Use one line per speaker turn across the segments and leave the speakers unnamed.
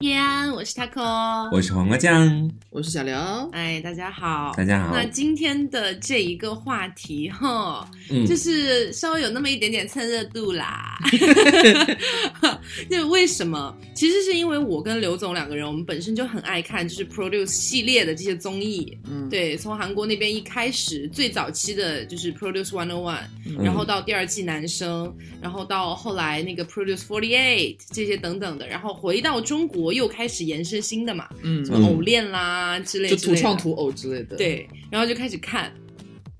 叶安，我是 Taco，
我是黄瓜酱，
我是小刘。
哎，大家好，
大家好。
那今天的这一个话题哈，
嗯
就是稍微有那么一点点蹭热度啦。 就为什么？其实是因为我跟刘总两个人，我们本身就很爱看就是 Produce 系列的这些综艺。
嗯，
对，从韩国那边一开始最早期的就是 Produce One O One，
嗯，
然后到第二季男生，然后到后来那个 Produce Forty Eight 这些等等的，然后回到中国又开始延伸新的嘛，
嗯，
什么偶恋啦之类
就
之类
土
的
创嗯土偶之类的。，
对，然后就开始看。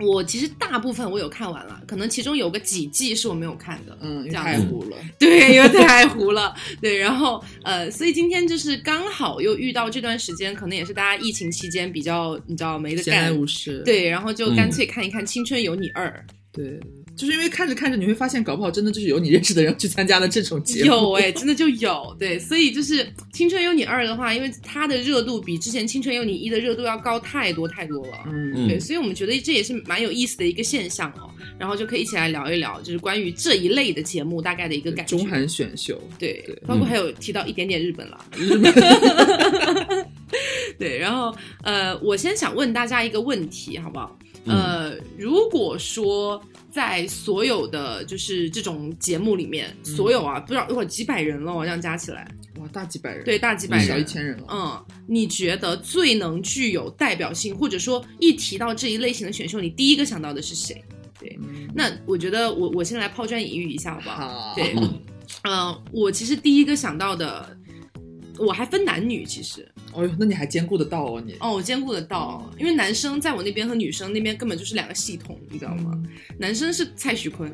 我其实大部分我有看完了，可能其中有个几季是我没有看的，
嗯，因为
这样
太
子
糊了。
对，因为太糊了，对，然后呃，所以今天就是刚好又遇到这段时间，可能也是大家疫情期间比较你知道没得
闲来
干，
无事。嗯
对，然后就干脆看一看《青春有你二》
对，就是因为看着看着你会发现，搞不好真的就是有你认识的人去参加了这 种节目。
有哎、真的就有对，所以就是《青春有你二》的话，因为它的热度比之前《青春有你一》的热度要高太多太多了。
嗯，
嗯
对，，所以我们觉得这也是蛮有意思的一个现象哦，然后就可以一起来聊一聊，就是关于这一类的节目大概的一个感觉。
中韩选秀，
对
对，嗯
包括还有提到一点点日本 啦。对，然后呃，我先想问大家一个问题，好不好？
嗯
嗯
呃，如果说在所有的就是这种节目里面，
嗯
所有啊，不知道哇几百人了，哦这样加起来，
哇，大几百人，
对，，大几百
小
人，
一千人了。
嗯，你觉得最能具有代表性，或者说一提到这一类型的选秀，你第一个想到的是谁？
嗯，
那我觉得我我先来抛砖引玉一下，好不好？
好，
对，嗯、
嗯
我其实第一个想到的，我还分男女，其实
哎呦，那你还兼顾得到哦，你。
哦，我兼顾得到，因为男生在我那边和女生那边根本就是两个系统，你知道
嗯
吗？男生是蔡徐 坤，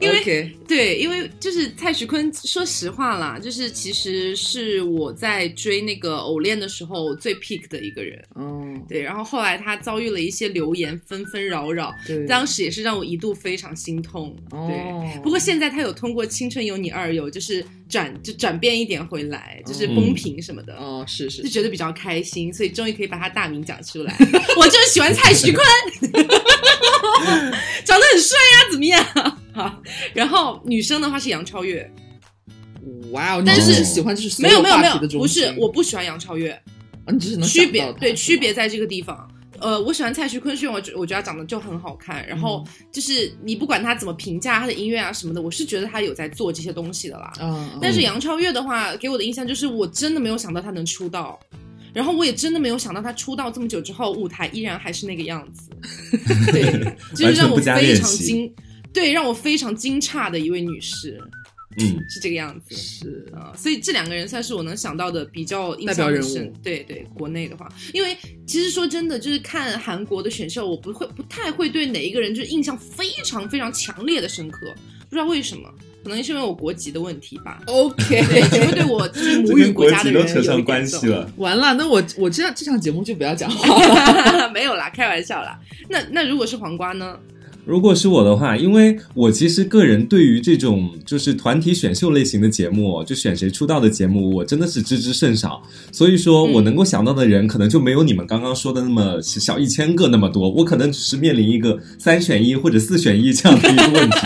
因为
OK，
对，因为就是蔡徐坤，说实话啦，就是其实是我在追那个偶恋的时候最 pick 的一个人。
嗯，
对，然后后来他遭遇了一些流言纷纷扰扰，
对，
当时也是让我一度非常心痛。对，
哦，
不过现在他有通过《青春有你二》有就是转就转变一点回来，就是风评什么的。
哦，是
就
是，
是觉得比较开心，所以终于可以把他大名讲出来。 我就是喜欢蔡徐坤， 长得很帅呀、怎么样？ 好，然后女生的话是杨超越，
哇哦，
但
你真
是
是喜欢就是所
没有没有
话
没
题的
有，
中
不是
心，
我，不喜欢杨超越，
啊你只是能
区
想
别
到它
对
是
区
吗
别在这个地方。呃，我喜欢蔡徐坤，是因为我觉我觉得他长得就很好看，然后
嗯
就是你不管他怎么评价他的音乐啊什么的，我是觉得他有在做这些东西的啦。
嗯，
但是杨超越的话，给我的印象就是我真的没有想到她能出道，然后我也真的没有想到她出道这么久之后，舞台依然还是那个样 子，对，就是让我
完全不加
非
练
常
习
惊，对，让我非常惊诧的一位女士
嗯，
是这个样子。
是
啊，所以这两个人算是我能想到的比较印
代
象
表
很
人物
深。对对，国内的话，因为其实说真的，就是看韩国的选秀，我不会不太会对哪一个人就是印象非常非常强烈的深刻，不知道为什么，可能是因为我国籍的问题吧。对，
OK，
只会对我 就是
这
母语
跟
国
国
家的
籍
人
都
有
扯上
一点
关
这
系
种。
了，
完了，那我我这样这场节目就不要讲话 了。
没有啦，开玩笑啦。那那如果是黄瓜 呢？
如果是我的话，因为我其实个人对于这种就是团体选秀类型的节目，就选谁出道的节目，我真的是知之甚少。所以
嗯
说我能够想到的人，可能就没有你们刚刚说的那么小一千个那么多。我可能只是面临一个三选一或者四选一这样的一个问 题。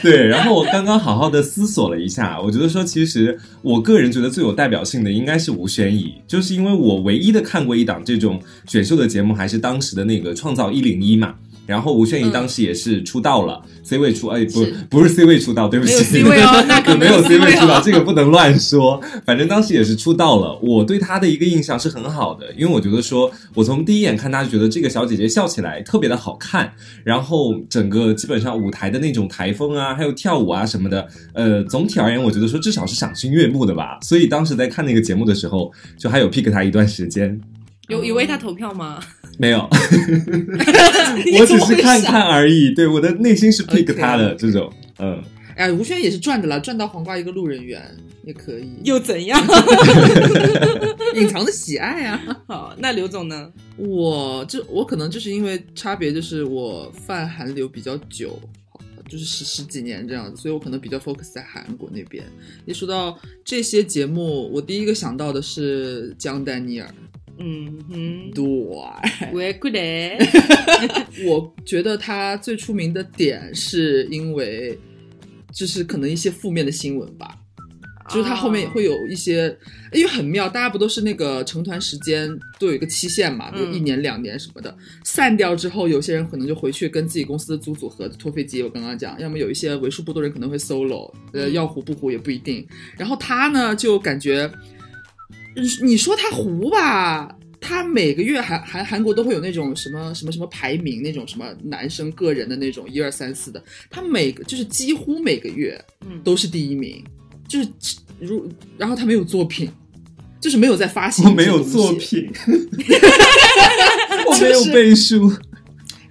对，然后我刚刚好好的思索了一下，我觉得说，其实我个人觉得最有代表性的应该是吴宣仪，就是因为我唯一的看过一档这种选秀的节目，还是当时的那个《创造一零一》嘛。然后吴宣仪当时也是出道了、c 位出，哎，不
是，
不是 C 位出道，对不
没
起，
有 C 位哦，那可
没有 C 位出道，
哦。
这个不能乱说。反正当时也是出道了，我对她的一个印象是很好的，因为我觉得说，我从第一眼看她就觉得这个小姐姐笑起来特别的好看，然后整个基本上舞台的那种台风啊，还有跳舞啊什么的，呃，总体而言，我觉得说至少是赏心悦目的吧。所以当时在看那个节目的时候，就还有 pick 她一段时间，
有有为他投票吗？
没 有，
我
我只是看看而已。对，我的内心是 pick 她的这种，嗯。
哎，吴宣也是赚的啦，赚到黄瓜一个路人缘也可以，
又怎样？
隐藏的喜爱啊。
好，那刘总呢？
我就我可能就是因为差别就是我泛韩流比较久，就是十十几年这样子，所以我可能比较 focus 在韩国那边。一说到这些节目，我第一个想到的是江丹尼尔，
嗯哼，
对，
喂，good day。
我觉得他最出名的点是因为，就是可能一些负面的新闻吧。就是它后面也会有一些，因为很妙，大家不都是那个成团时间都有一个期限嘛，比如
嗯
一年、两年什么的。散掉之后，有些人可能就回去跟自己公司的租组合拖飞机。我刚刚讲，要么有一些为数不多人可能会 solo，呃，
嗯
要糊不糊也不一定。然后他呢，就感觉，你你说他糊吧。他每个月韩韩韩国都会有那种什么什么什么排名，那种什么男生个人的那种一二三四的，他每个就是几乎每个月
嗯，
都是第一名，就是如然后他没有作品，就是没有在发行
我没有
这个东西
作， 品，我没有背书，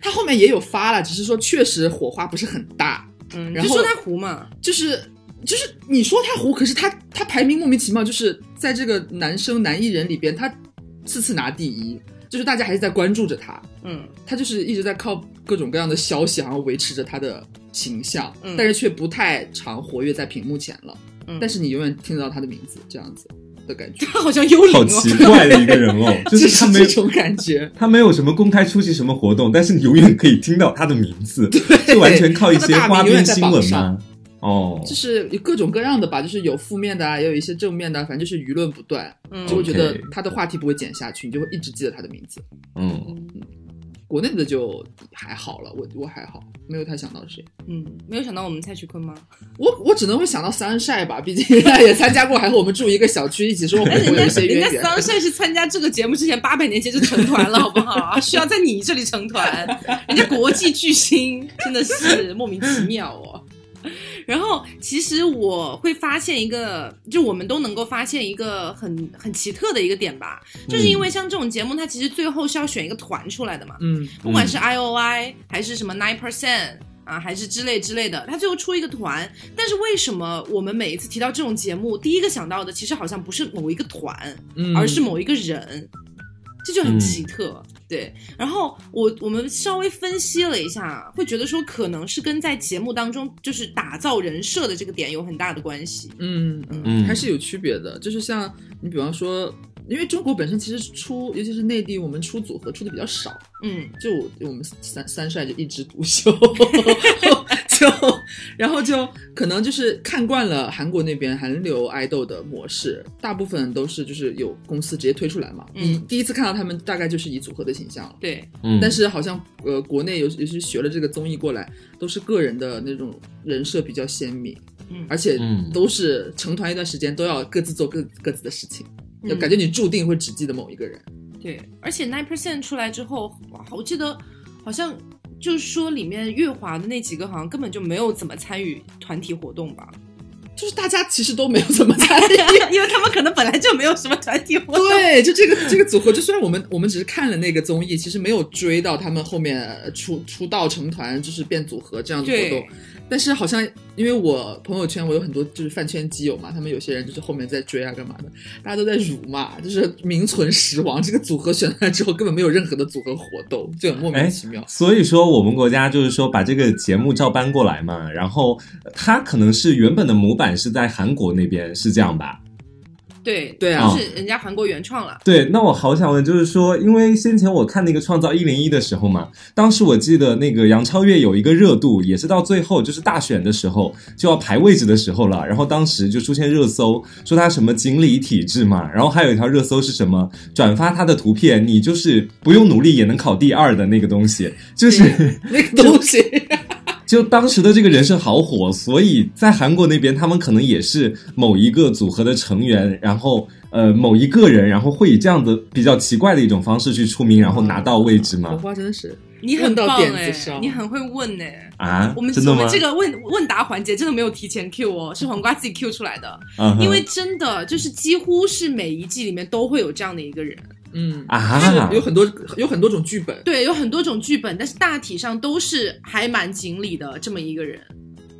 他后面也有发了，只是说确实火花不是很大，
嗯，
然
就说
后
他糊嘛，
就是就是你说他糊，可是他他排名莫名其妙，就是在这个男生男艺人里边，他次次拿第一，就是大家还是在关注着他，
嗯
他就是一直在靠各种各样的消息，然后维持着他的形象，
嗯
但是却不太常活跃在屏幕前了。
嗯，
但是你永远听得到他的名字，这样子的感觉，
他好像幽灵
好
哦
奇，怪的一个人哦， 就是
是
他没
这
有
种感觉。
他没有什么公开出席什么活动，但是你永远可以听到他的名字，就完全靠一些花边新闻吗？哦，
就是有各种各样的吧，就是有负面的啊，也有一些正面的啊、反正就是舆论不断，
嗯
就会觉得
OK
他的话题不会减下去，你就会一直记得他的名字。
嗯，
国内的就还好了，我我还好，没有太想到谁。
嗯，没有想到我们蔡徐坤吗？
我我只能会想到三晒吧，毕竟人 家也参加过，还和我们住一个小区一起，说我们
哎，人
有
家
一些
人
渊
家
源。
桑晒是参加这个节目之前八百年前就成团了，好不好？需要在你这里成团，人家国际巨星真的是莫名其妙哦。然后，其实我会发现一个，就我们都能够发现一个很很奇特的一个点吧，就是因为像这种节目，它其实最后是要选一个团出来的嘛，
嗯，
不管是 I O I 还是什么 Nine Percent 啊，还是之类之类的，他最后出一个团。但是为什么我们每一次提到这种节目，第一个想到的其实好像不是某一个团，
嗯
而是某一个人，这就很奇特。对，然后我我们稍微分析了一下，会觉得说可能是跟在节目当中就是打造人设的这个点有很大的关系。
嗯
嗯
嗯，还是有区别的。就是像你比方说，因为中国本身其实出，尤其是内地，我们出组合出的比较少，
嗯
就我我们三三帅就一枝独秀， 就然后就可能就是看惯了韩国那边韩流爱豆的模式，大部分都是就是有公司直接推出来嘛。
嗯
你第一次看到他们大概就是以组合的形象了。
对，
嗯，
但是好像呃，国内尤尤其是学了这个综艺过来，都是个人的那种人设比较鲜明，
嗯
而且
嗯
都是成团一段时间都要各自做各各自的事情，就
嗯
感觉你注定会只记得某一个人。
对，而且 Nine Percent 出来之后，哇我记得好像就是说里面月华的那几个好像根本就没有怎么参与团体活动吧，
就是大家其实都没有怎么 参与。
因为他们可能本来就没有什么团体活动。
对，就这个这个组合，就虽然我们我们只是看了那个综艺，其实没有追到他们后面呃出出道成团，就是变组合这样的活
对
动。但是好像因为我朋友圈我有很多就是饭圈基友嘛，他们有些人就是后面在追啊干嘛的，大家都在辱骂，就是名存实亡。这个组合选出来之后根本没有任何的组合活动，就很莫
哎
名其妙。
所以说，我们国家就是说把这个节目照搬过来嘛，然后呃它可能是原本的模板是在韩国那边，是这样吧？
对
对啊
就是人家韩国原创 了。
对，那我好想问，就是说，因为先前我看那个《创造一零一》的时候嘛，当时我记得那个杨超越有一个热度，也是到最后就是大选的时候就要排位置的时候了，然后当时就出现热搜，说她什么锦鲤体质嘛，然后还有一条热搜是什么转发她的图片，你就是不用努力也能考第二的那个东西，就是。
那个东 西，
就当时的这个人设好火，所以在韩国那边，他们可能也是某一个组合的成员，然后呃某一个人，然后会以这样的比较奇怪的一种方式去出名，然后拿到位置
火
嗯
吗？
花真的是
你很
问到
棒
点
哎、
子上
你很会问哎、
啊，
我们
真的
我
吗
们？这个问问答环节真的没有提前 Q 哦，是黄瓜自己 Q 出来的，
嗯哼
因为真的就是几乎是每一季里面都会有这样的一个人，
嗯。
啊
是有，很多有很多种剧本，
对，有很多种剧本，但是大体上都是还蛮锦鲤的这么一个人，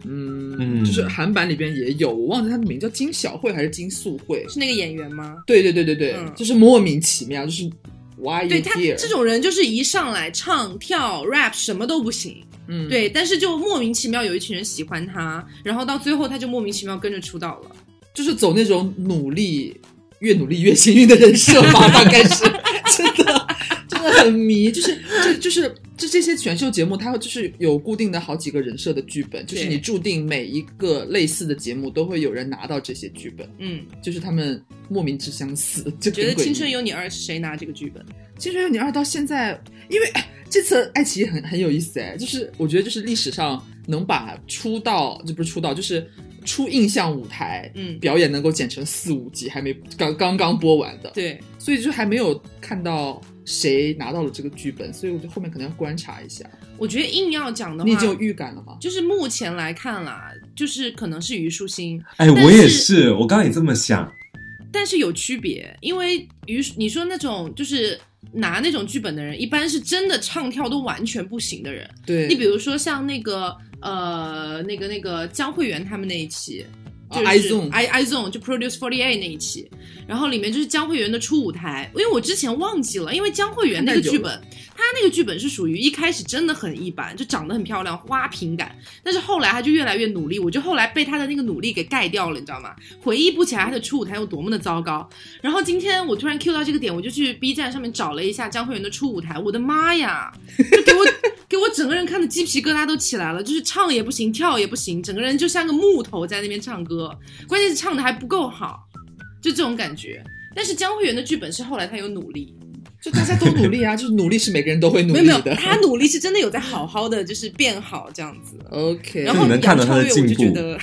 嗯
嗯，就是韩版里边也有，我忘记他的名叫金小慧还是金素慧，
嗯
是那个演员吗？
对对对对对，
嗯
就是莫名其妙，就是 why you
对他
here？
这种人就是一上来唱跳 rap 什么都不行，
嗯，
对，但是就莫名其妙有一群人喜欢他，然后到最后他就莫名其妙跟着出道了。
就是走那种努力越努力越幸运的人设吧，大概是真的真的很迷，就是就就是这这些选秀节目，它就是有固定的好几个人设的剧本，就是
对
你注定每一个类似的节目都会有人拿到这些剧本，
嗯，
就是他们莫名之相似。就
觉得
挺诡
《
异
青春有你二》是谁拿这个剧本？
青春有你二到现在，因为哎这次爱奇艺很很有意思哎，就是我觉得就是历史上能把出道这不是出道，就是初印象舞台。
嗯，
表演能够剪成四五集，还没刚刚刚播完的，
对，
所以就还没有看到谁拿到了这个剧本，所以我就后面可能要观察一下。
我觉得硬要讲的
你已
话
经，有预感了吗？
就是目前来看啦，就是可能是虞书欣，
哎，
但
我也
是
是，我刚刚也这么想。
但是有区别，因为虞你说那种就是拿那种剧本的人，一般是真的唱跳都完全不行的人。
对，
你比如说像那个呃那个那个江慧媛他们那一期。就是
啊 i zone，
i i zone 就 produce forty eight 那一期，然后里面就是江慧媛的初舞台，因为我之前忘记了，因为江慧媛那个剧本，她那个剧本是属于一开始真的很一般，就长得很漂亮，花瓶感，但是后来她就越来越努力，我就后来被她的那个努力给盖掉了，你知道吗？回忆不起来她的初舞台有多么的糟糕。然后今天我突然 Q 到这个点，我就去 B 站上面找了一下江慧媛的初舞台，我的妈呀，就给我给我整个人看的鸡皮疙瘩都起来了，就是唱也不行，跳也不行，整个人就像个木头在那边唱歌，关键是唱的还不够好，就这种感觉。但是江慧媛的剧本是后来她有努力，
就大家都 努力啊，就是努力是每个人都会努
没
力
有
的。
没有，她努力是真的有在好好的就是变好这样子。
OK，
然
就
后
你能看到她的
杨超越我就
进
觉
步
得，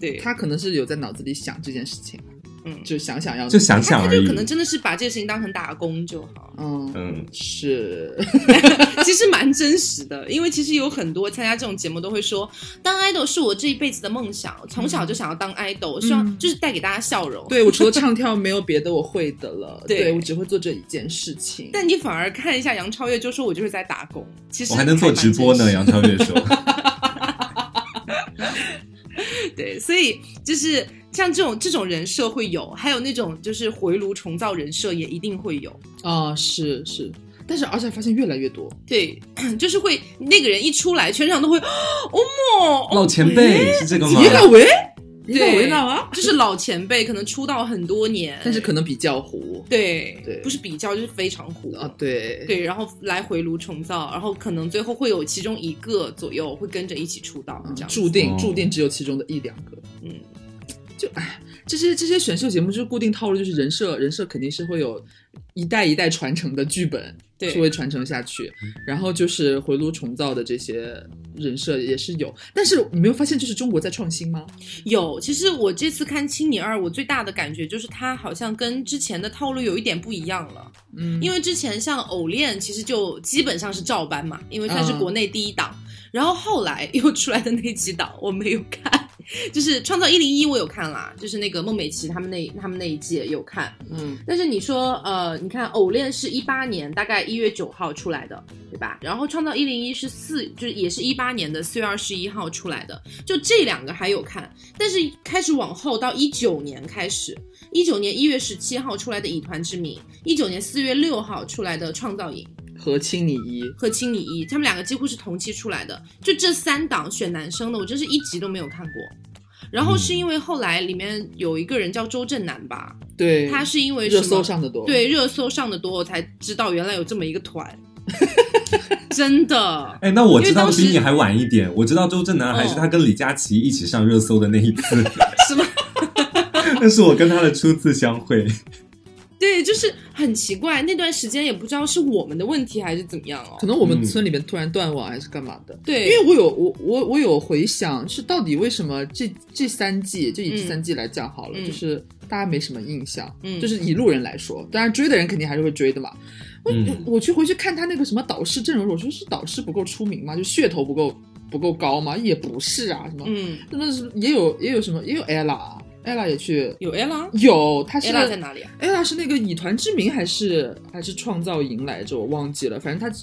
对，
他可能是有在脑子里想这件事情，
嗯，
就想想要
就想
她
想
她
而
就
已
可。能真的是把这个事情当成打工就好。
嗯
嗯
是
其实蛮真实的，因为其实有很多参加这种节目都会说，当 idol 是我这一辈子的梦想，从小就想要当 idol，、希
嗯
望就是带给大家笑容。
对我除了唱跳没有别的我会的了，
对
我只会做这一件事情。
但你反而看一下杨超越，就说我就是在打工，其实
我还能做
蛮
直播
真
呢，
实
杨超越 说。
哦对，所以就是像这种这种人设会有，还有那种就是回炉重造人设也一定会有。
啊、是是，但是而且发现越来越多，
对， 就是会那个人一出来，全场都会，哦莫，
老前辈是这个吗
你？老维，你老
对
维老啊，
就是老前辈，可能出道很多年，
但是可能比较糊
对
对
不是比较就是非常糊
啊，对，
对，然后来回炉重造，然后可能最后会有其中一个左右会跟着一起出道，
嗯
这样子
注定、
哦
注定只有其中的一两个，
嗯，
就哎，这些这些选秀节目就是固定套路，就是人设人设肯定是会有一代一代传承的剧本，
对
是会传承下去。然后就是回炉重造的这些人设也是有，但是你没有发现就是中国在创新吗？
有。其实我这次看《青你二》，我最大的感觉就是它好像跟之前的套路有一点不一样了，
嗯
因
为
为之前像偶恋其实就基本上是照搬嘛，因为它是
嗯
国内第一档，然后后来又出来的那几档我没有看。就是《创造一零一》，我有看啦，就是那个孟美岐他们那他们那一届有看，
嗯
但是你说，呃，你看《偶恋》是一八年大概一月九号出来的，对吧？然后《创造一零一》是四，就是也是一八年的四月二十一号出来的，就这两个还有看，但是开始往后到一九年开始，一九年一月十七号出来的《以团之名》，一九年四月六号出来的《创造营》
和亲你一
和《青你一》，他们两个几乎是同期出来的，就这三档选男生的，我真是一集都没有看过。然后
嗯
是因为后来里面有一个人叫周震南吧，
对，
他是因为
热
什么
搜上的多，
对，热搜上的多，我才知道原来有这么一个团， 真的。
哎，那我
因为
知道
当
的
时
比你还晚一点。我知道周震南
哦
还是他跟李佳琦一起上热搜的那 一次，
什么？
那是我跟他的初次相会。
对，就是很奇怪，那段时间也不知道是我们的问题还是怎么样哦
可。能我们
嗯
村里面突然断网还是干嘛的。
对，
因为我有我我我有回想，是到底为什么这这三季就以
嗯
这三季来讲好了，
嗯
就是大家没什么印象，
嗯
就是以路人来说，当然追的人肯定还是会追的嘛。我、
嗯
我去回去看他那个什么导师阵容，我说是导师不够出名吗？就噱头不够不够高吗？也不是啊，什么
嗯，
真的是也有也有什么也有 ella，ella 也去
有 ella。
有，他是
ella 在哪里啊？
艾拉是那个以团之名还是还是创造营来着？我忘记了，反正他，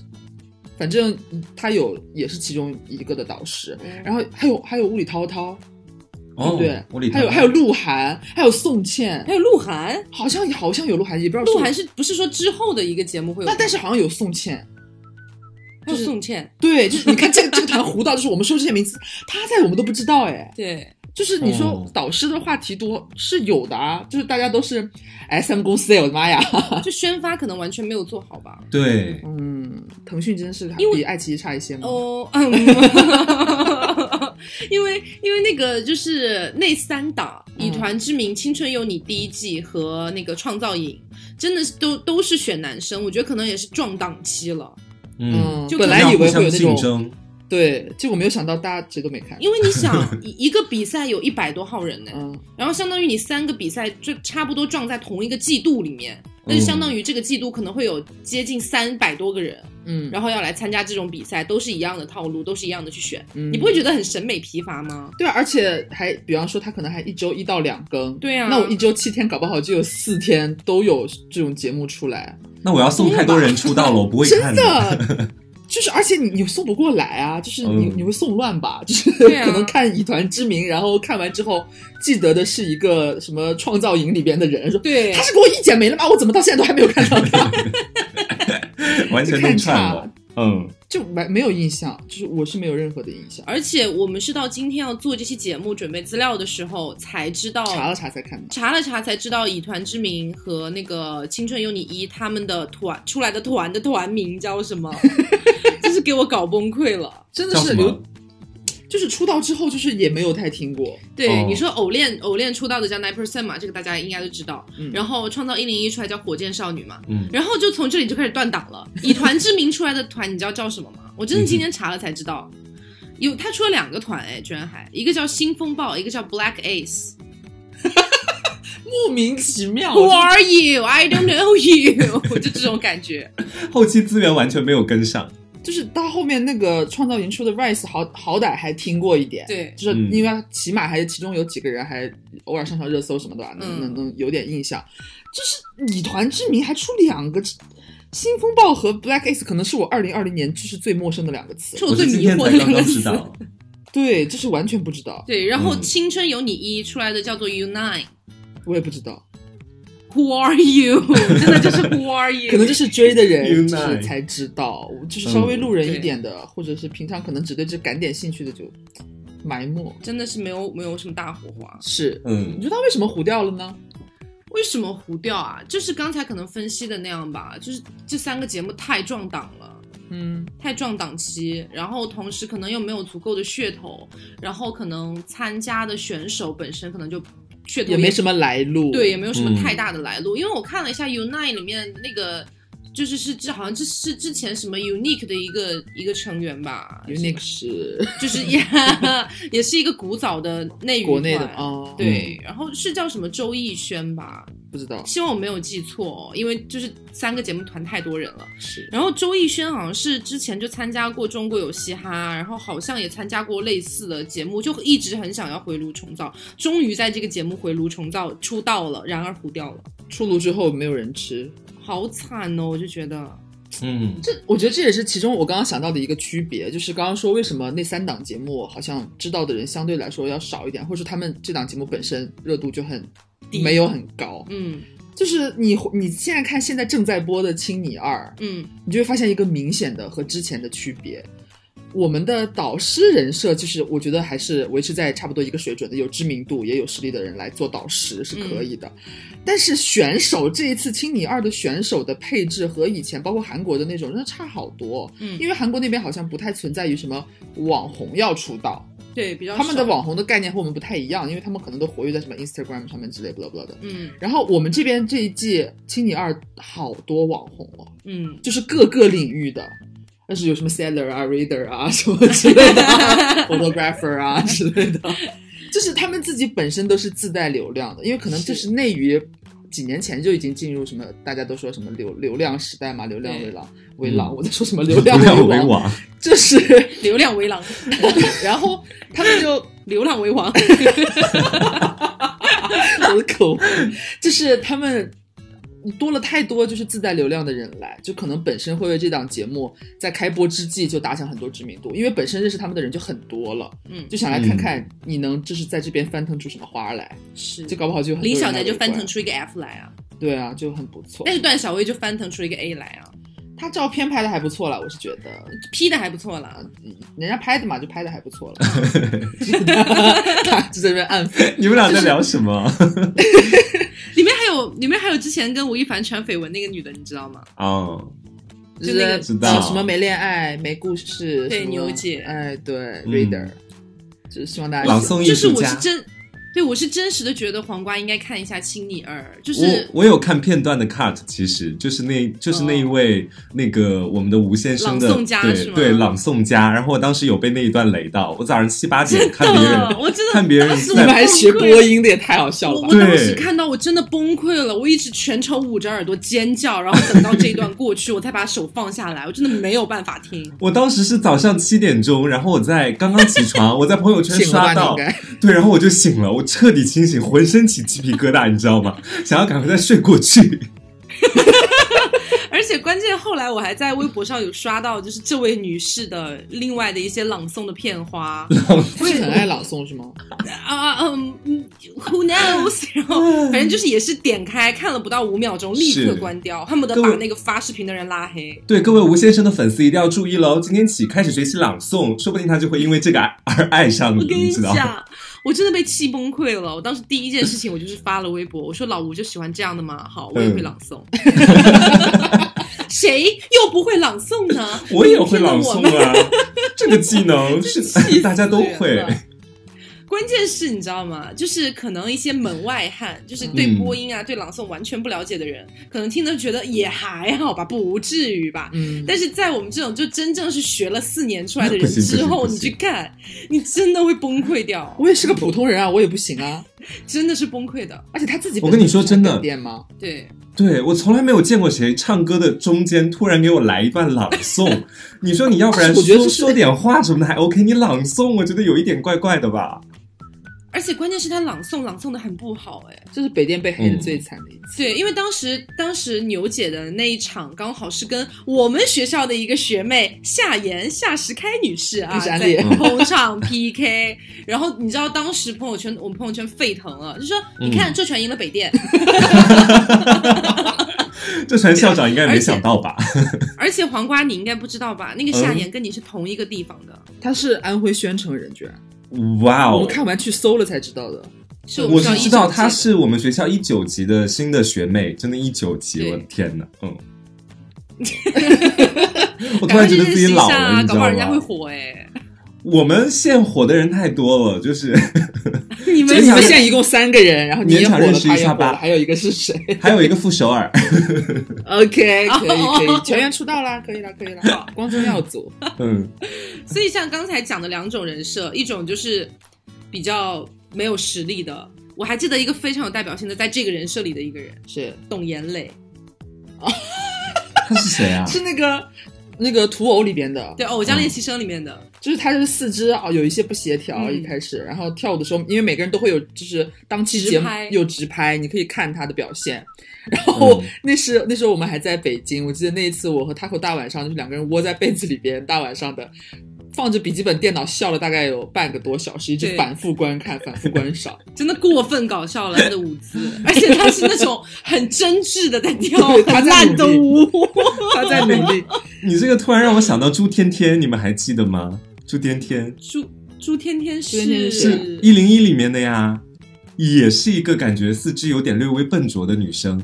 反正他有也是其中一个的导师，然后还有还有物理涛涛，对
哦
不 对？，
我理他
还有还有鹿晗，还有宋茜
还，有鹿晗，
好像好像有鹿晗，也不知道
鹿晗
哦是
是不是说之后的一个节目会有？
那但是好像有宋茜。
还有宋茜，
对，就是你看这个这个团糊到，就是我们说这些名字，他在我们都不知道哎，
对，
就是你说
哦
导师的话题多是有的啊，就是大家都是 S M 公司哎，我的妈呀！
就宣发可能完全没有做好吧。
对，
嗯，腾讯真是
因为
比爱奇艺差一些吗？
哦，嗯， 因为因为那个就是那三档《以团之名》《青春有你》第一季和那个《创造营》，真的是都都是选男生，我觉得可能也是撞档期了。
嗯，
就
本
可能
来
要
以
互
为会
相
有那
竞
种
争，
对，结果没有想到大家谁都没看。
因为你 想，一一个比赛有一百多号人呢，
嗯，
然后相当于你三个比赛就差不多撞在同一个季度里面，
嗯
那就相当于这个季度可能会有接近三百多个人，
嗯，
然后要来参加这种比赛，都是一样的套路，都是一样的去选，
嗯
你不会觉得很审美疲乏吗？
对啊，而且还比方说他可能还一周一到两更，
对啊
那我一周七天，搞不好就有四天都有这种节目出来，
那我要送太多人出道了，我不会看
真。 的。就是，而且你你送不过来啊，就是你、
嗯
你会送乱吧？就是
对啊
可能看《以团之名》，然后看完之后记得的是一个什么创造营里边的人，说
对
他是给我一剪没了吗？我怎么到现在都还没有看到 他？
完全弄串了。嗯，
就没没有印象，就是我是没有任何的印象，
而且我们是到今天要做这期节目准备资料的时候才知道，
查了查才看到。
查了查才知道，《以团之名》和那个《青春有你一》他们的团出来的团的团名叫什 么，真是给我搞崩溃了。
真的
叫
是
什
刘
么，？
就是出道之后，就是也没有太听过。
对，
哦
你说偶练偶练出道的叫 Nine Percent 嘛，这个大家应该都知道。
嗯
然后创造一零一出来叫火箭少女嘛，
嗯
然后就从这里就开始断档了。以团之名出来的团，你知道叫什么吗？我真的今天查了才知道，有他出了两个团哎，居然还一个叫新风暴，一个叫 Black Ace。
莫名其 妙
Who are you? I don't know you 。 就这种感觉。
后期资源完全没有跟上。
就是到后面那个创造营出的 Rise 好好歹还听过一点，，
对，
就是
嗯
因为它起码还是其中有几个人还偶尔上上热搜什么的吧，
嗯
能能能有点印象。就是以团之名还出两个，新风暴和 Black Ace 可能是我二零二零年就是最陌生的两个词
是，
我
最
是今
迷
天
惑
才
的
刚
两个
刚知
词。
道。
对，就是完全不知道，
对，然后《
嗯
青春有你一》出来的叫做 U Nine。
我也不知道，
Who are you？真 的就是 Who are you？
可能就是追的人
Unite
就是才知道，就是稍微路人一点的，或者是平常可能只对这感点兴趣的就埋没。
真的是没有没有什么大火花。
是，你
嗯
说他为什么糊掉了呢？
为什么糊掉啊？就是刚才可能分析的那样吧，就是这三个节目太撞档了。
嗯，
太撞档期，然后同时可能又没有足够的噱头，然后可能参加的选手本身可能就噱头
也没什
么。
么来路。
对，也没有什么
嗯
太大的来路。因为我看了一下 Unite 里面那个，就是是这好像这是之前什么 Unique 的一个一个成员吧
Unique 是
就是 也也是一个古早的内娱
国内的
团
哦，
对，然后是叫什么周逸轩吧，
不知道
希望我没有记错、哦，因为就是三个节目团太多人了。
是
然后周逸轩好像是之前就参加过《中国有嘻哈》，然后好像也参加过类似的节目，就一直很想要回炉重造，终于在这个节目回炉重造出道了，然而糊掉了。
出炉之后没有人吃，
好惨哦！我就觉得，
嗯，
这我觉得这也是其中我刚刚想到的一个区别，就是刚刚说为什么那三档节目好像知道的人相对来说要少一点，或者说他们这档节目本身热度就很
低
没有很高，
嗯
就是你你现在看现在正在播的《青你二》，
嗯，
你就会发现一个明显的和之前的区别。我们的导师人设就是，我觉得还是维持在差不多一个水准的，有知名度也有实力的人来做导师是可以的。但是选手这一次青你二的选手的配置和以前包括韩国的那种真的差好多，
嗯
因为韩国那边好像不太存在于什么网红要出道，
对，比较
他们的
少，
网红的概念和我们不太一样，因为他们可能都活跃在什么 Instagram 上面之类不 l 不 h 的。
嗯
然后我们这边这一季青你二好多网红哦，
嗯，
就是各个领域的，但是有什么 seller 啊、reader 啊什么之类的、 啊、，photographer 啊之类的，就是他们自己本身都是自带流量的，因为可能就是内娱几年前就已经进入什么大家都说什么流流量时代嘛，流量为王为王，
嗯
我在说什么
流
流量
量
为
为
王，
王，
就是
流量 为狼，
然后他们就
流浪为 王，
我的口 红，就是他们多了太多就是自带流量的人来，就可能本身会为这档节目在开播之际就打响很多知名度，因为本身认识他们的人就很多了，
嗯，
就想来看看你能就是在这边翻腾出什么花来，
是
就搞不好就很多
林
人
小嗯宅
来
就
围
翻
观
腾，出一个 F 来啊，
对啊，就很不错
但。是段小薇就翻腾出一个 A 来啊，
他照片拍的还不错了，我是觉得，
，P 的还不错啦。
人家拍的嘛，就拍的还不错 了。 他就在那边暗讽，
你们俩在聊什 么
里面还有里面还有之前跟吴亦凡传绯闻那个女的，你知道吗？
啊？
就
就那个
是
知道
什么没恋爱、没故事，
对
什么
牛姐
哎，对，reader，就是希望大家
嗯朗诵艺
就是
术
我是
家。
真，对我是真实的觉得黄瓜应该看一下《青你二》，就是
我我有看片段的 cut，其实就是那就是那一位、那个我们的吴先生的
朗诵家
对
是吗
对朗诵家，然后我当时有被那一段雷到，我早上七八点看别
的，
人
我真的
看别人
当时
在
我
你们还
崩
学
溃
播
了
音的也太好笑
我
了吧
我！当时
对
看到我真的崩溃了，我一直全程捂着耳朵尖叫，然后等到这一段过去，我才把手放下来，我真的没有办法听。
我当时是早上七点钟，然后我在刚刚起 床，我在朋友圈
醒了吧
刷
你应
到，
该，
对，然后我就醒了，我彻底清醒，浑身起鸡皮疙瘩，你知道吗？ 想要赶快再睡过去。
而且关键后来我还在微博上有刷到，就是这位女士的另外的一些朗诵的片花
他是很爱朗诵是吗？
啊嗯嗯，Who knows？然后反正就是也是点开看了不到五秒钟，立刻
是
关掉，恨不得
各位
把那个发视频的人拉黑。
对各位吴先生的粉丝一定要注意喽，今天起开始学习朗诵，说不定他就会因为这个而爱上你，
我跟你
知道吗？
讲，我真的被气崩溃了。我当时第一件事情，我就是发了微博，我说老吴就喜欢这样的嘛，好，我也
嗯
会朗诵。 谁又不会朗诵呢？
我也会朗
今
诵
天的我们。
啊， 这个技能
气
是
死
大家都
人
会
了。 关键是你知道吗？就是可能一些门外汉，就是对
嗯
播音啊、对朗诵完全不了解的人，可能听着觉得也还好吧，不至于吧。
嗯，
但是在我们这种就真正是学了四年出来的人
不行不行
之后，
不
你
行
去看，你真的会崩溃掉，
我也是个普通人啊，我也不行啊。
真的是崩溃的。
而且他自己，
我跟你说真的
点吗？
对，
对我从来没有见过谁唱歌的中间突然给我来一段朗 诵，你说你要不然
我觉得
说
这是
说点话什么的还 OK，你朗诵我觉得有一点怪怪的吧。
而且关键是他朗诵朗诵的很不好哎，
这是北电被黑
嗯
的最惨的一次。
对，因为当时当时牛姐的那一场刚好是跟我们学校的一个学妹夏妍夏石开女士啊
那是
在
安利
同场 PK，然后你知道当时朋友圈我们朋友圈沸腾了，就说
嗯
你看浙传赢了北电，
这船校长应该没想到吧？
啊而且黄瓜你应该不知道吧？那个夏妍跟你是同一个地方的，
嗯
他是安徽宣城人，居然
哇
我
哦
们！看完去搜了才知道的。
是我
我
们学校
是
一
知道
中
她
届的
是我们学校一九级的新的学妹，真的，一九级，
对
我的天哪， 嗯，我突
赶快
然觉
去
得
认
自
识
己
一
老
下啊
了，你
搞
知
不好
道
人家会
吗？
火哎，
我们现火的人太多了，就是
你
就
们
勉
你
强
们 现在一共三个人，然后你也
勉
火
强认
了，
识
他
一
也
下
火了，
吧
还有一个是谁
还有一个傅首尔，
？OK，可以哎可
哦
以，全员出道啦，可以啦，可以啦。 好光宗耀祖，
嗯，
所以像刚才讲的两种人设，一种就是比较没有实力的。我还记得一个非常有代表性的，在这个人设里的一个人，
是
董岩磊。
她是谁啊？
是那个那个土偶里边的，
对，《偶像练习生》里面的，
就是他就是四肢啊有一些不协调，
嗯
一开始，然后跳舞的时候，因为每个人都会有就是当期
直
节目
拍
有直拍，你可以看他的表 现。然后、
嗯
那是那时候我们还在北京，我记得那一次我和他和大晚上就是两个人窝在被子里边，大晚上的。放着笔记本电脑笑了大概有半个多小时，一直
对
反复 观看、反复观赏。
真的过分搞笑了他的舞 姿，而且他是那种很真挚的在跳
对他
很
在
烂的舞，
他在努力，
你这个突然让我想到朱天天，你们还记得吗？朱天天
朱朱天天是
朱天天
是一零一里面的呀，也是一个感觉四肢有点略微笨拙的女生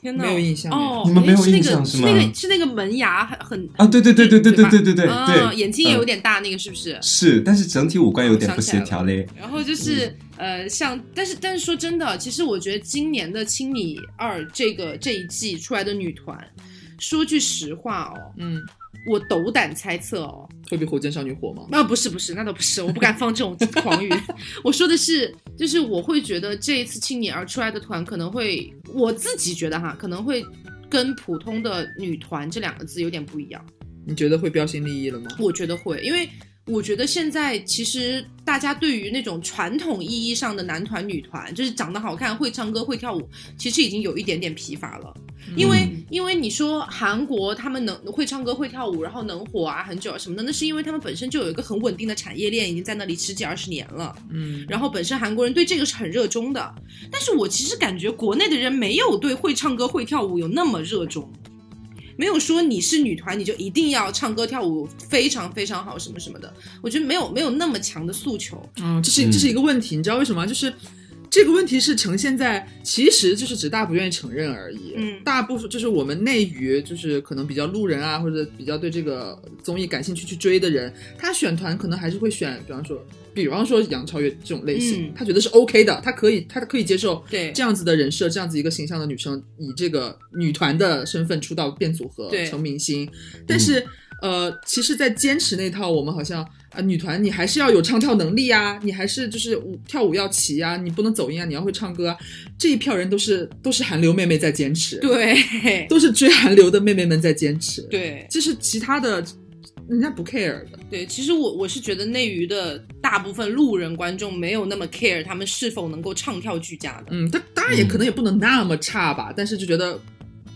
天哪，
没有印象
哦，
你们没有
哎是那
印
个
象
是
是吗
那个是那个门牙很很
啊！对对对对对对对对对
啊，
对，
眼睛也有
嗯
点大，那个是不是？
是，但是整体五官有点不协调嘞。
然后就是、呃，像但是但是说真的，其实我觉得今年的《青你二》这个这一季出来的女团，说句实话哦，
嗯，
我斗胆猜测哦，
会比火箭少女火吗？
啊不是不是，那倒不是，我不敢放这种狂语。我说的是，就是我会觉得这一次《青你二》出来的团可能会，我自己觉得哈，可能会跟普通的女团这两个字有点不一样。
你觉得会标新立异了吗？
我觉得会，因为我觉得现在其实大家对于那种传统意义上的男团、女团，就是长得好看、会唱歌、会跳舞，其实已经有一点点疲乏了。因为、
嗯
因为你说韩国他们能会唱歌、会跳舞，然后能火啊很久啊什么的，那是因为他们本身就有一个很稳定的产业链，已经在那里十几二十年了。
嗯，
然后本身韩国人对这个是很热衷的，但是我其实感觉国内的人没有对会唱歌、会跳舞有那么热衷。没有说你是女团你就一定要唱歌跳舞非常非常好什么什么的，我觉得没有没有那么强的诉求。
嗯，这是这是一个问题，你知道为什么吗？就是这个问题是呈现在，其实就是只大不愿意承认而已。
嗯
大部分就是我们内娱，就是可能比较路人啊，或者比较对这个综艺感兴趣去追的人，他选团可能还是会选，比方说，比方说杨超越这种类型，
嗯
他觉得是 OK 的，他可以，他可以接受。
对
这样子的人设，这样子一个形象的女生，以这个女团的身份出道变组合
对
成明星，但是、呃，其实，在坚持那套，我们好像啊、女团你还是要有唱跳能力啊，你还是就是舞跳舞要齐啊，你不能走音啊，你要会唱歌啊，这一票人都是都是韩流妹妹在坚持，，
对
都是追韩流的妹妹们在坚持，，
对
这是其他的人家不 care 的，
对，其实我我是觉得内娱的大部分路人观众没有那么 care 他们是否能够唱跳俱佳的，
嗯，但当然也
嗯
可能也不能那么差吧，但是就觉得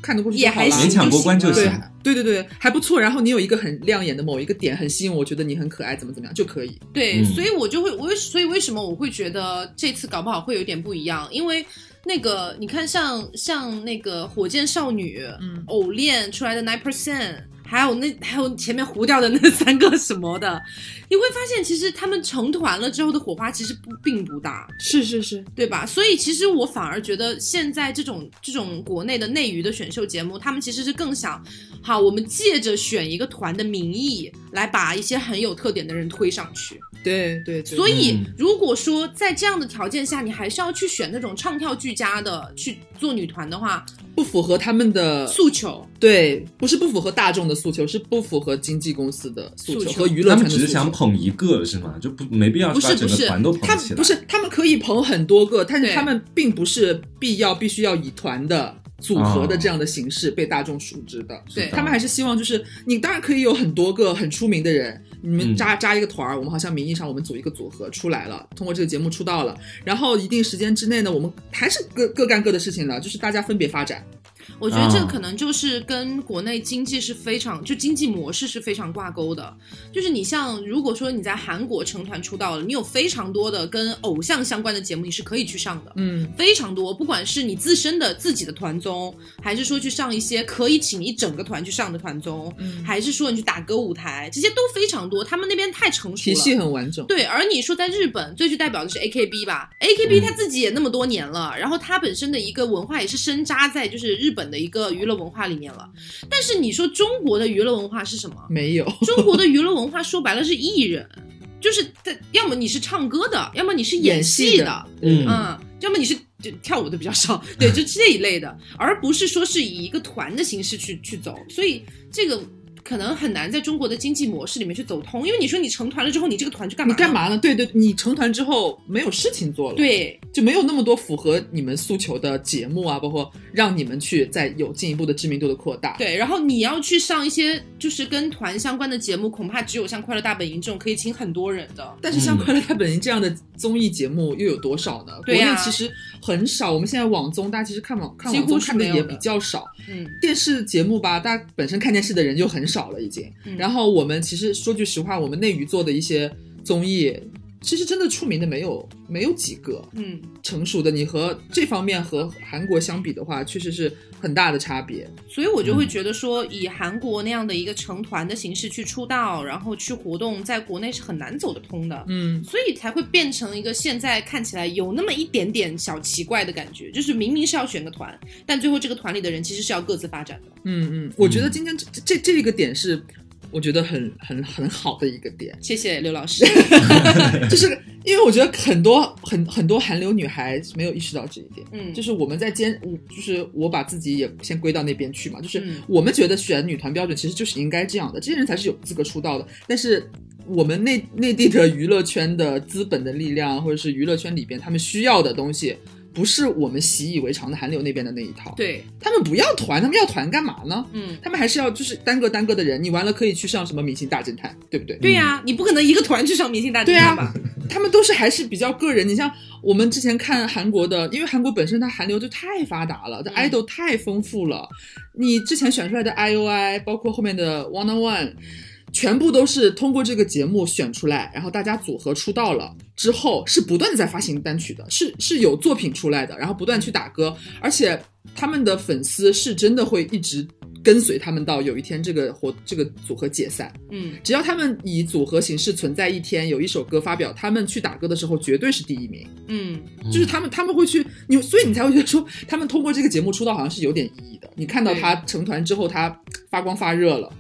看得过去就
也
好
还
啦
行
勉强过关就
行
对
了。
对对对，还不错。然后你有一个很亮眼的某一个点，很吸引我，觉得你很可爱，怎么怎么样就可以。
对，
嗯
所以我就会，我所以为什么我会觉得这次搞不好会有点不一样？因为那个你看像，像那个火箭少女、
嗯
偶练出来的 nine percent，还有那还有前面糊掉的那 三个什么的，你会发现其实他们成团了之后的火花其实不并不大，
是是是，
对吧？所以其实我反而觉得现在这种这种国内的内娱的选秀节目，他们其实是更想，好，我们借着选一个团的名义来把一些很有特点的人推上去。
对对对。
所以
嗯，
如果说在这样的条件下，你还是要去选那种唱跳俱佳的去做女团的话，
不符合他们
呃
的
诉求
对，不是不符合大众的诉求，是不符合经纪公司的诉
诉
求
求
和娱乐
他
圈
们
的
只
诉
是想
求。
捧一个是吗？就不没必要
不是
把整
不
个
是
团都捧
他
起来。
不是，他们可以捧很多个，但是
对
他们并不是必要必须要以团的组合
啊
的这样的形式被大众熟知的。
对
他们还是希望就是你当然可以有很多个很出名的人，你们
嗯
扎扎一个团儿，我们好像名义上我们组一个组合出来了，通过这个节目出道了，然后一定时间之内呢，我们还是各各干各的事情了，就是大家分别发展。
我觉得这个
啊
可能就是跟国内经济是非常，就经济模式是非常挂钩的。就是你像，如果说你在韩国成团出道了，你有非常多的跟偶像相关的节目，你是可以去上的。
嗯，
非常多，不管是你自身的自己的团综，还是说去上一些可以请一整个团去上的团综，
嗯
还是说你去打歌舞台，这些都非常多。他们那边太成熟
体
了，
系很完整。？
对，而你说在日本最具代表的是 A K B 吧？A K B
嗯
它自己也那么多年了，然后它本身的一个文化也是深扎在就是日本的一个娱乐文化里面了。但是你说中国的娱乐文化是什么
没有，
中国的娱乐文化说白了是艺人，就是在要么你是唱歌的，要么你是
演
演
戏
戏
的
的
嗯
嗯，要么你是就跳舞的比较少，对，就这一类的，而不是说是以一个团的形式去去走，所以这个可能很难在中国的经济模式里面去走通，因为你说你成团了之后，你这个团去干嘛？
你干？嘛呢？对对，你成团之后没有事情做了，，
对
就没有那么多符合你们诉求的节目啊，包括让你们去再有进一步的知名度的扩大。
对，然后你要去上一些就是跟团相关的节目，恐怕只有像《快乐大本营》这种可以请很多人的。
但是像
嗯
《快乐大本营》这样的综艺节目又有多少呢？
对呀
国内其实很少。我们现在网综，大家其实看网看
几
网
乎
综
是
看的
没有
也
的
比较少。
嗯，
电视节目吧，大家本身看电视的人就很少了已经。
嗯
然后我们其实说句实话，我们内娱做的一些综艺，其实真的出名的没有没有几个。
嗯，
成熟的你和这方面和韩国相比的话，确实是很大的差别。
所以我就会觉得说，以韩国那样的一个成团的形式去出道，然后去活动，在国内是很难走得通的。
嗯，
所以才会变成一个现在看起来有那么一点点小奇怪的感觉，就是明明是要选个团，但最后这个团里的人其实是要各自发展的。
嗯嗯，我觉得今天这这这个点是，我觉得很很很好的一个点，
谢谢刘老 师，
就是因为我觉得很多很很多韩流女孩没有意识到这一点。
嗯，
就是是我们在坚，我就是我把自己也先归到那边去嘛。就是
嗯
我们觉得选女团标准其实就是应该这样的，这些人才是有资格出道的。但是我们内内地的娱乐圈的资本的力量，或者是娱乐圈里边他们需要的东西，不是我们习以为常的韩流那边的那一套。，
对，
他们不要团，他们要团干嘛呢？
嗯，
他们还是要就是单个单个的人，你完了可以去上什么明星大侦探，对不对？
对呀、你不可能一个团去上明星大侦
对啊
探吧？
他们都是还是比较个人。你像我们之前看韩国的，因为韩国本身它韩流就太发达了，它
嗯
idol 太丰富了。你之前选出来的 IOI，包括后面的 One on One，全部都是通过这个节目选出来，然后大家组合出道了之后，是不断的在发行单曲的，是是有作品出来的，然后不断去打歌，而且他们的粉丝是真的会一直跟随他们到有一天这个活这个组合解散。
嗯
只要他们以组合形式存在一天，有一首歌发表，他们去打歌的时候绝对是第一名。
嗯
就是他们他们会去你，所以你才会觉得说他们通过这个节目出道好像是有点意义的。你看到他成团之后，他发光发热了。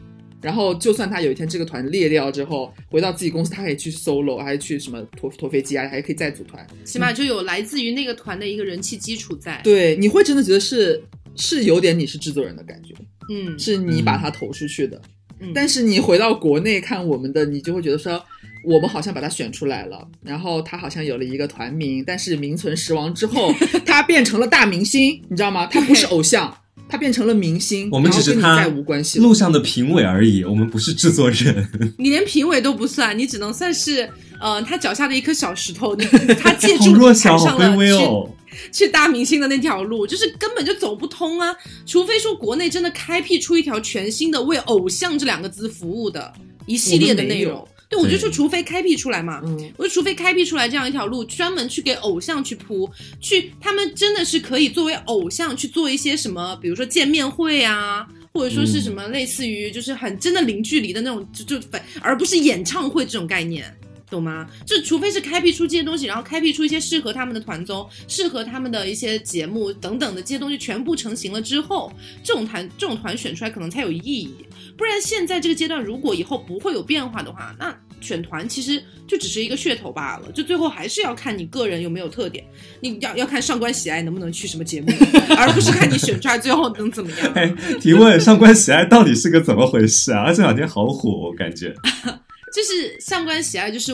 然后，就算他有一天这个团裂掉之后，回到自己公司，他可以去 solo，还去什么拖拖飞机啊，还可以再组团。
起码就有来自于那个团的一个人气基础在。，
嗯对，你会真的觉得是是有点你是制作人的感觉，
嗯，
是你把它投出去的。
嗯
但是你回到国内看我们的，你就会觉得说，我们好像把它选出来了，然后他好像有了一个团名，但是名存实亡之后， 他变成了大明星，你知道吗？他不是偶像，他变成了明星，
我们
然后
只是
跟你
他
再无关系了。
路上的评委而已，我们不是制作人。
你连评委都不算，你只能算是呃他脚下的一颗小石头， 你他借
好
助
弱
你
小，
踩上
好
了
卑微
去
哦。
去大明星的那条路，就是根本就走不通啊！除非说国内真的开辟出一条全新的为“偶像”这两个字服务的一系列的内
我们没
容
有。
对，我就
对
说，除非开辟出来嘛，
嗯，
我就除非开辟出来这样一条路，专门去给偶像去铺，去他们真的是可以作为偶像去做一些什么，比如说见面会啊。或者说是什么类似于就是很真的零距离的那种，就就反而不是演唱会这种概念，懂吗？就除非是开辟出这些东西，然后开辟出一些适合他们的团综、适合他们的一些节目等等的这些东西全部成型了之后，这种团这种团选出来可能才有意义。不然现在这个阶段，如果以后不会有变化的话，那选团其实就只是一个噱头罢了，就最后还是要看你个人有没有特点，你要要看上官喜爱能不能去什么节目， 而不是看你选出来最后能怎么样。
哎， 提问：上官喜爱到底是个怎么回事啊？这两天好火，我感觉。
就是上官喜爱，就是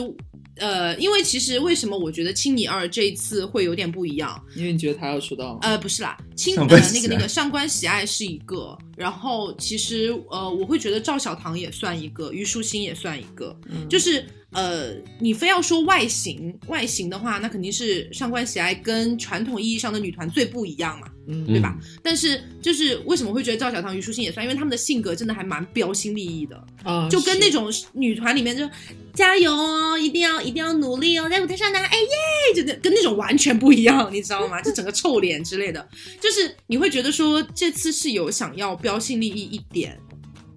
呃，因为其实为什么我觉得青你二这一次会有点不一样？
因为你觉得他要出道吗？
呃，不是啦，青呃
上官喜
那
爱
个那个上官喜爱是一个，然后其实呃，我会觉得赵小棠也算一个，虞书欣也算一个，
嗯
就是呃，你非要说外形，外形的话，那肯定是上官喜爱跟传统意义上的女团最不一样嘛。
嗯
对
吧？但是就是为什么会觉得赵小棠、虞书欣也算，因为他们的性格真的还蛮标新立异的，
啊，
就跟那
是
种女团里面就加油哦，一定要一定要努力哦，在舞台上拿哎耶，就那跟那种完全不一样，你知道吗？就整个臭脸之类的，就是你会觉得说这次是有想要标新立异一点，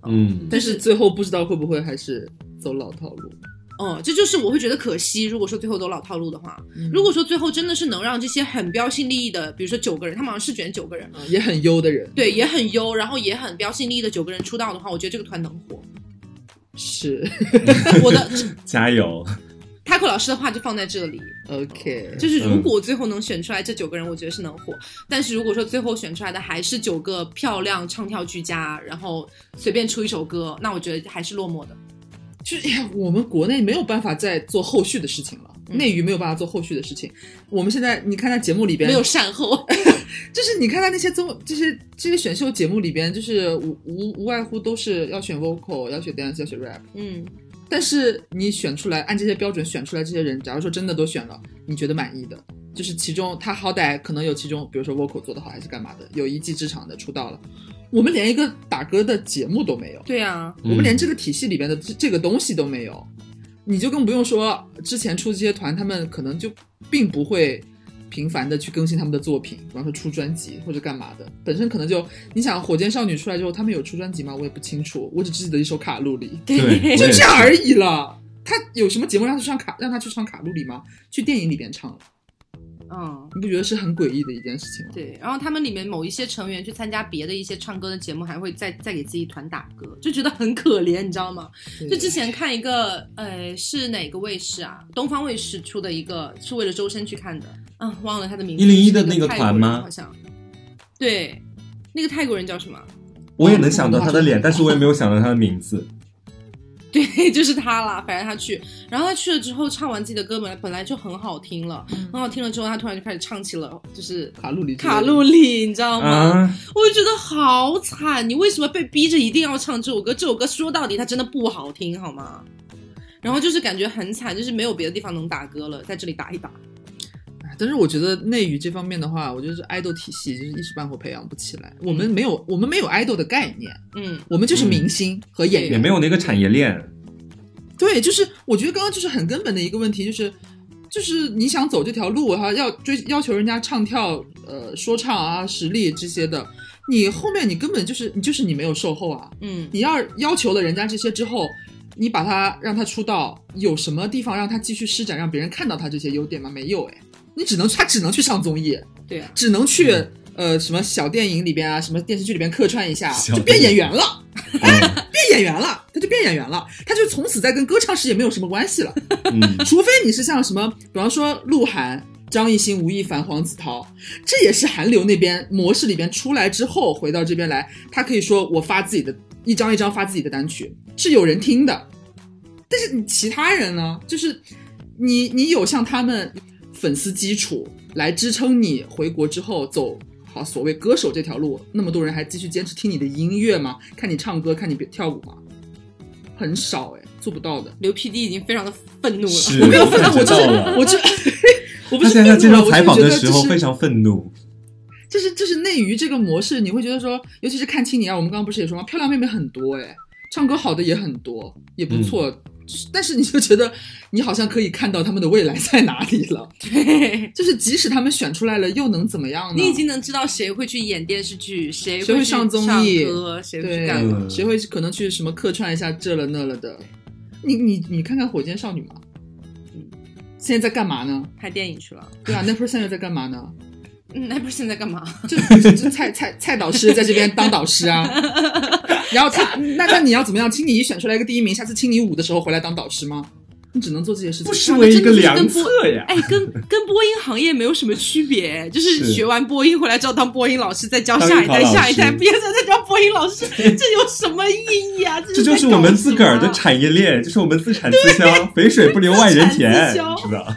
嗯，
但是最后不知道会不会还是走老套路。
哦、这就是我会觉得可惜。如果说最后都老套路的话，
嗯
如果说最后真的是能让这些很标新立异的，比如说九个人，他们好像是选九个人，
啊也很优的人，
对，也很优，然后也很标新立异的九个人出道的话，我觉得这个团能火。
是
我的
加油！
Taco 老师的话就放在这里，
OK，
就是如果最后能选出来这九个人，我觉得是能火。但是如果说最后选出来的还是九个漂亮、唱跳俱佳，然后随便出一首歌，那我觉得还是落寞的。
就是哎呀，我们国内没有办法再做后续的事情了，
嗯
内娱没有办法做后续的事情。我们现在你看在节目里边，
没有善后，
就是你看他那些综，就是这些选秀节目里边，就是无无无外乎都是要选 vocal，要选 dance，要选 rap。
嗯，
但是你选出来，按这些标准选出来这些人，假如说真的都选了，你觉得满意的，就是其中他好歹可能有其中，比如说 vocal 做得好还是干嘛的，有一技之长的出道了。我们连一个打歌的节目都没有，
对啊，
嗯
我们连这个体系里边的这这个东西都没有，你就更不用说之前出这些团，他们可能就并不会频繁的去更新他们的作品，比方说出专辑或者干嘛的，本身可能就你想火箭少女出来之后，他们有出专辑吗？我也不清楚，我只记得一首《卡路里
对，我》，也
就这样
是
而已了。他有什么节目让他去唱卡，让他去唱卡路里吗？去电影里边唱了，
嗯。
你不觉得是很诡异的一件事情吗？
对，然后他们里面某一些成员去参加别的一些唱歌的节目，还会再再给自己团打歌，就觉得很可怜，你知道吗？就之前看一个，呃，是哪个卫视啊？东方卫视出的一个，是为了周深去看的。啊，忘了他的名字。
101
是
的那个
泰
团
国人
吗
好像。对，那个泰国人叫什么？
我也能想到他的脸，但是我也没有想到他的名字。
对，就是他啦。反正他去，然后他去了之后，唱完自己的歌本来本来就很好听了，很好听了之后，他突然就开始唱起了就是
卡路里
嗯
之类的，
卡路里，你知
哦
道吗？
啊，
我就觉得好惨，你为什么被逼着一定要唱这首歌？这首歌说到底它真的不好听，好吗？然后就是感觉很惨，就是没有别的地方能打歌了，在这里打一打。
哎但是我觉得内娱这方面的话，我觉得是爱豆体系就是一时半会培养不起来。我
嗯
们没有，我们没有爱豆的概念，
嗯，
我们就是明星和演
也
员。
没有那个产业链。
对，就是我觉得刚刚就是很根本的一个问题，就是就是你想走这条路，哈，要追要求人家唱跳呃说唱啊、实力这些的，你后面你根本就是你就是你没有售后啊，
嗯，
你要要求了人家这些之后，你把他让他出道，有什么地方让他继续施展，让别人看到他这些优点吗？没有哎，你只能 他只能去上综艺，
对啊，
只能去呃什么小电影里边啊，什么电视剧里边客串一下，
嗯小
就
电
变
影
演员了，
嗯
变演员了，他就变演员了，他就从此再跟歌唱事业没有什么关系了。
嗯，
除非你是像什么，比方说鹿晗、张艺兴、吴亦凡、黄子韬，这也是韩流那边模式里边出来之后回到这边来，他可以说我发自己的一张一张发自己的单曲是有人听的，但是你其他人呢，就是你你有像他们粉丝基础来支撑你回国之后走。好，所谓歌手这条路，那么多人还继续坚持听你的音乐吗？看你唱歌，看你跳舞吗？很少哎，做不到的。
刘 PD 已经非常的愤怒
是
了，
没有愤怒，我
我感觉
就是
到了
我就我不
他
是
在他接
愤怒啊
受采访的时候
我就觉得
非常愤怒，
就是就是就是内娱这个模式，你会觉得说，尤其是看青你啊，我们刚刚不是也说吗？漂亮妹妹很多哎，唱歌好的也很多，也
嗯
不错。就是但是你就觉得，你好像可以看到他们的未来在哪里了。
对，
就是即使他们选出来了，又能怎么样呢？
你已经能知道谁会去演电视剧，谁
谁会
去
上综艺
歌，谁会去
对
干嘛？
嗯，
谁会可能去什么客串一下这了那了的？你你你看看火箭少女嘛，现在在干嘛呢？
拍电影去了。
对啊 n e p e r s o n 又在干嘛呢？
嗯，那不是现在干嘛？
就就蔡蔡蔡导师在这边当导 师啊，然后他那那你要怎么样？青你一选出来一个第一名，下次青你五的时候回来当导师吗？你只能做这些事情，
不失为一个良策呀。
哎，跟跟播音行业没有什么区别，就是
是
学完播音回来之后当播音老师，再教下一
当
代、
艺考老师
下一代， 别再再教播音老 师，这有什么意义啊？
这
这
就是我们自个儿的
啊
产业链，就是我们自产自 销，肥水不流外人田，
自产自销
知道？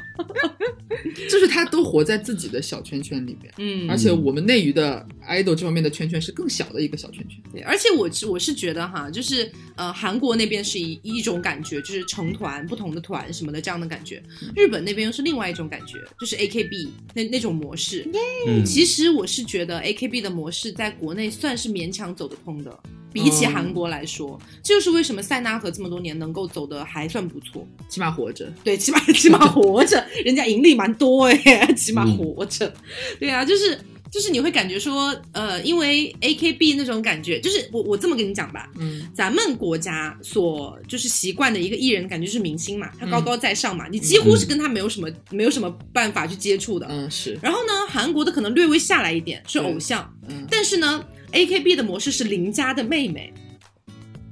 就是他都活在自己的小圈圈里边，
嗯，
而且我们内娱的 idol 这方面的圈圈是更小的一个小圈圈，
对，而且我是我是觉得哈，就是呃，韩国那边是一一种感觉，就是成团不同的团什么的这样的感觉；日本那边又是另外一种感觉，就是 A K B 那那种模式。
嗯，
其实我是觉得 A K B 的模式在国内算是勉强走得通的，比起
嗯
韩国来说，这就是为什么塞纳河这么多年能够走得还算不错。
起码活着。
对，起码 起 码活着，人家盈利蛮多哎， 起码
嗯
活着。对啊，就是就是你会感觉说，呃，因为 A K B 那种感觉，就是我我这么跟你讲吧，
嗯，
咱们国家所就是习惯的一个艺人，感觉就是明星嘛，他高
嗯
高在上嘛，你几乎是跟他没有什么、没有什么办法去接触的。
嗯是，
然后呢，韩国的可能略微下来一点是
对
偶像，
嗯，
但是呢，A K B 的模式是邻家的妹妹，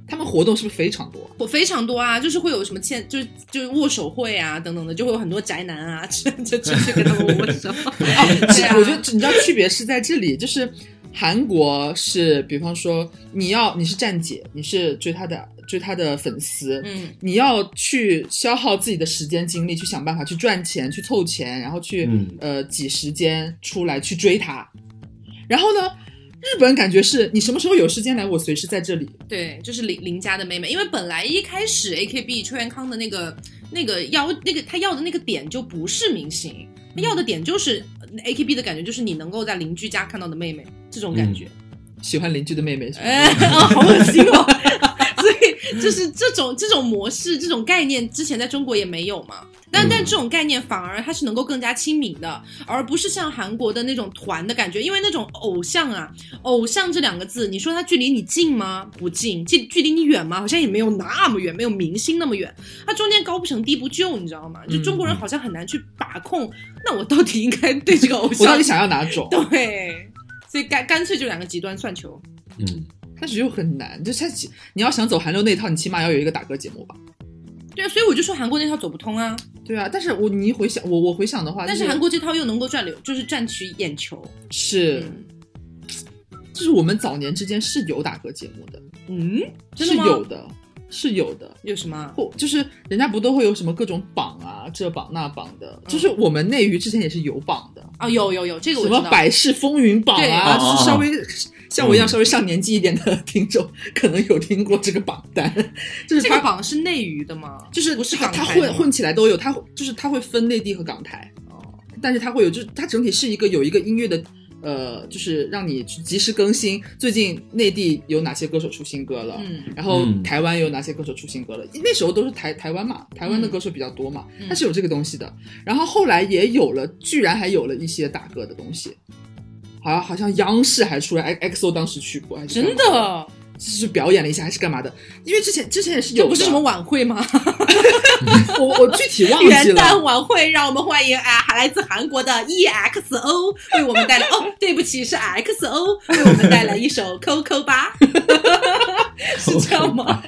他们活动是不是非常多？
我非常多啊，就是会有什么牵，就是就是握手会啊等等的，就会有很多宅男啊， 就就就去跟他们握手。
是
对啊，
我觉得你知道区别是在这里，就是韩国是，比方说你要你是站姐，你是追她的追她的粉丝，
嗯
你要去消耗自己的时间精力，去想办法去赚钱，去凑钱，然后去、
嗯
呃挤时间出来去追她。然后呢，日本感觉是你什么时候有时间来，我随时在这里。
对，就是邻邻家的妹妹，因为本来一开始 A K B 邱元康的那个那个要那个他要的那个点就不是明星，他要的点就是 A K B 的感觉，就是你能够在邻居家看到的妹妹这种感觉。
喜欢邻居的妹妹是吧？
哎，啊好恶心哦！ 所以就是这种这种模式、这种概念，之前在中国也没有嘛。但
嗯
但这种概念反而它是能够更加亲民的，而不是像韩国的那种团的感觉。因为那种偶像啊，偶像这两个字，你说它距离你近吗？不近。距距离你远吗？好像也没有那么远，没有明星那么远。它中间高不成低不就，你知道吗？就中
嗯
国人好像很难去把控，那我到底应该对这个偶
我到
像
底？想要哪种？
对，所以干干脆就两个极端算球。
嗯，
但是又很难，就他起你要想走韩流那一套，你起码要有一个打歌节目吧？
对啊，所以我就说韩国那套走不通啊，
对啊，但是我你一回想我我回想的话，
但是
就是
韩国这套又能够赚流，就是赚取眼球。
是，
嗯
就是我们早年之间是有打歌节目的，
嗯，真
是
的吗？
有的，是有的。
有什么啊？
或就是人家不都会有什么各种榜啊，这榜那榜的，就是我们内娱之前也是有榜的，
啊，有有嗯有，这个我
什
知
么
道。
百事风云榜啊，
对哦
就是稍微像我一样
嗯
稍微上年纪一点的听众，可能有听过这个榜单， 就是
这个
他
榜是内娱的吗？
就是
不是
他
港
他
台的
混
吗哦
混起来都有，他就是他会分内地和港台，但是他会有，就是他整体是一个有一个音乐的，呃，就是让你去及时更新。最近内地有哪些歌手出新歌了？
嗯
然后
嗯
台湾有哪些歌手出新歌了？那时候都是台台湾嘛，台湾的歌手比较多嘛，
嗯
它是有这个东西的。然后后来也有了，居然还有了一些打歌的东西，好像好像央视还出来，EXO 当时去过，还是干嘛
真的，
就是表演了一下还是干嘛的？因为之前之前也是有
这
的，
不是什么晚会吗？
我我具体忘
元
记
旦
了。
晚会，让我们欢迎啊，来自韩国的 EXO 为我们带来哦，对不起是 XO 为我们带来一首《Coco 吧》， 是这样吗？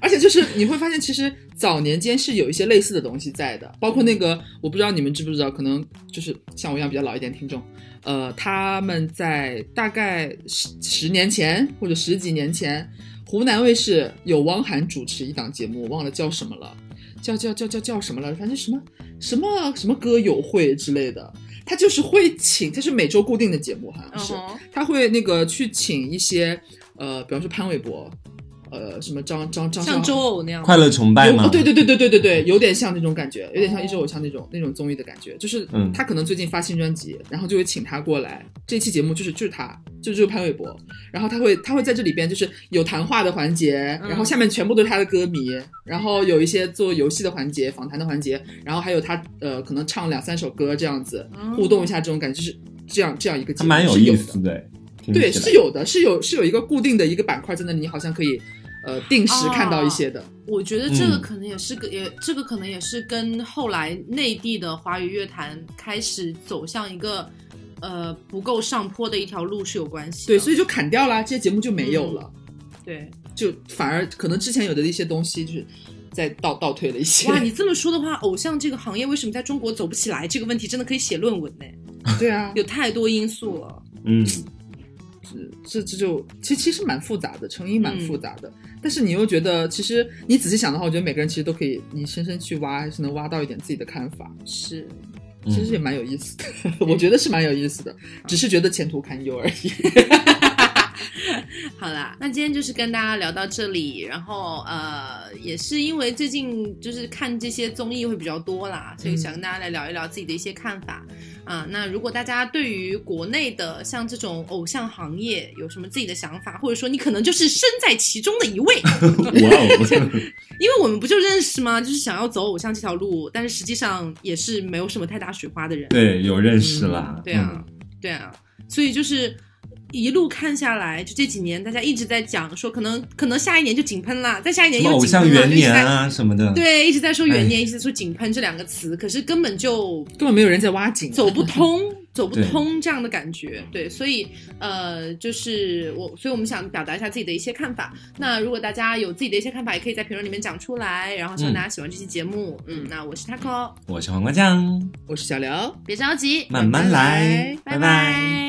而且就是你会发现，其实早年间是有一些类似的东西在的，包括那个我不知道你们知不知道，可能就是像我一样比较老一点听众，呃，他们在大概十十年前或者十几年前，湖南卫视有汪涵主持一档节目，我忘了叫什么了。叫叫叫叫叫什么了？反正什么什么什么歌友会之类的，他就是会请，他是每周固定的节目，好
嗯
像是，他会那个去请一些呃，比方说潘玮柏，呃，什么张张张
像
韶
周偶那样，
快乐崇拜
有
吗？
哦，对对对对对对对，有点像那种感觉，有点像一周偶像那
哦
种那种综艺的感觉，就是
嗯
他可能最近发新专辑，然后就会请他过来，这期节目就是就是他，就就是潘玮柏，然后他会他会在这里边就是有谈话的环节，
嗯
然后下面全部都是他的歌迷，然后有一些做游戏的环节、访谈的环节，然后还有他呃可能唱两三首歌这样子
嗯
互动一下，这种感觉就是这样这样一个节
还
目，
蛮
有
有意
的
思的，听
对，
起来
是有的，是有是有一个固定的一个板块在那里，你好像可以呃定时看到一些的。
我觉得这个
嗯
可能也是个，也这个可能也是跟后来内地的华语乐坛开始走向一个呃不够上坡的一条路是有关系的。
对，所以就砍掉啦，这些节目就没有了，
对，
就反而可能之前有的一些东西就是在倒倒退了一些。
哇，你这么说的话，偶像这个行业为什么在中国走不起来？这个问题真的可以写论文呢，
对啊，
有太多因素了。
嗯，
这这就其实其实蛮复杂的，成因蛮复杂的。但是你又觉得，其实你仔细想的话，我觉得每个人其实都可以，你深深去挖，还是能挖到一点自己的看法。
是，
嗯
其实也蛮有意思的， 我觉得是蛮有意思的，只是觉得前途堪忧而已。
好啦，那今天就是跟大家聊到这里，然后呃，也是因为最近就是看这些综艺会比较多啦，所以想跟大家来聊一聊自己的一些看法啊、那如果大家对于国内的像这种偶像行业有什么自己的想法，或者说你可能就是身在其中的一位，
哇哦，
因为我们不就认识吗？就是想要走偶像这条路，但是实际上也是没有什么太大水花的人。
对，有认识啦，嗯
对啊，对啊，所以就是一路看下来，就这几年大家一直在讲说，可能可能下一年就井喷啦，再下一
嗯，
年
什么
又
偶
井喷啦，
像元
就一直
年
在
啊什么的，
对，一直在说元
哎
年，一直在说井喷这两个词，可是根本就
根本没有人在挖井啊，
走不通，
哎
走不
对
通这样的感觉。对，所以呃，就是我，所以我们想表达一下自己的一些看法。那如果大家有自己的一些看法，也可以在评论里面讲出来。然后希望
嗯
大家喜欢这期节目。嗯，那我是 Taco，
我是黄瓜酱，
我是小刘。
别着急，
慢慢来
拜
拜
拜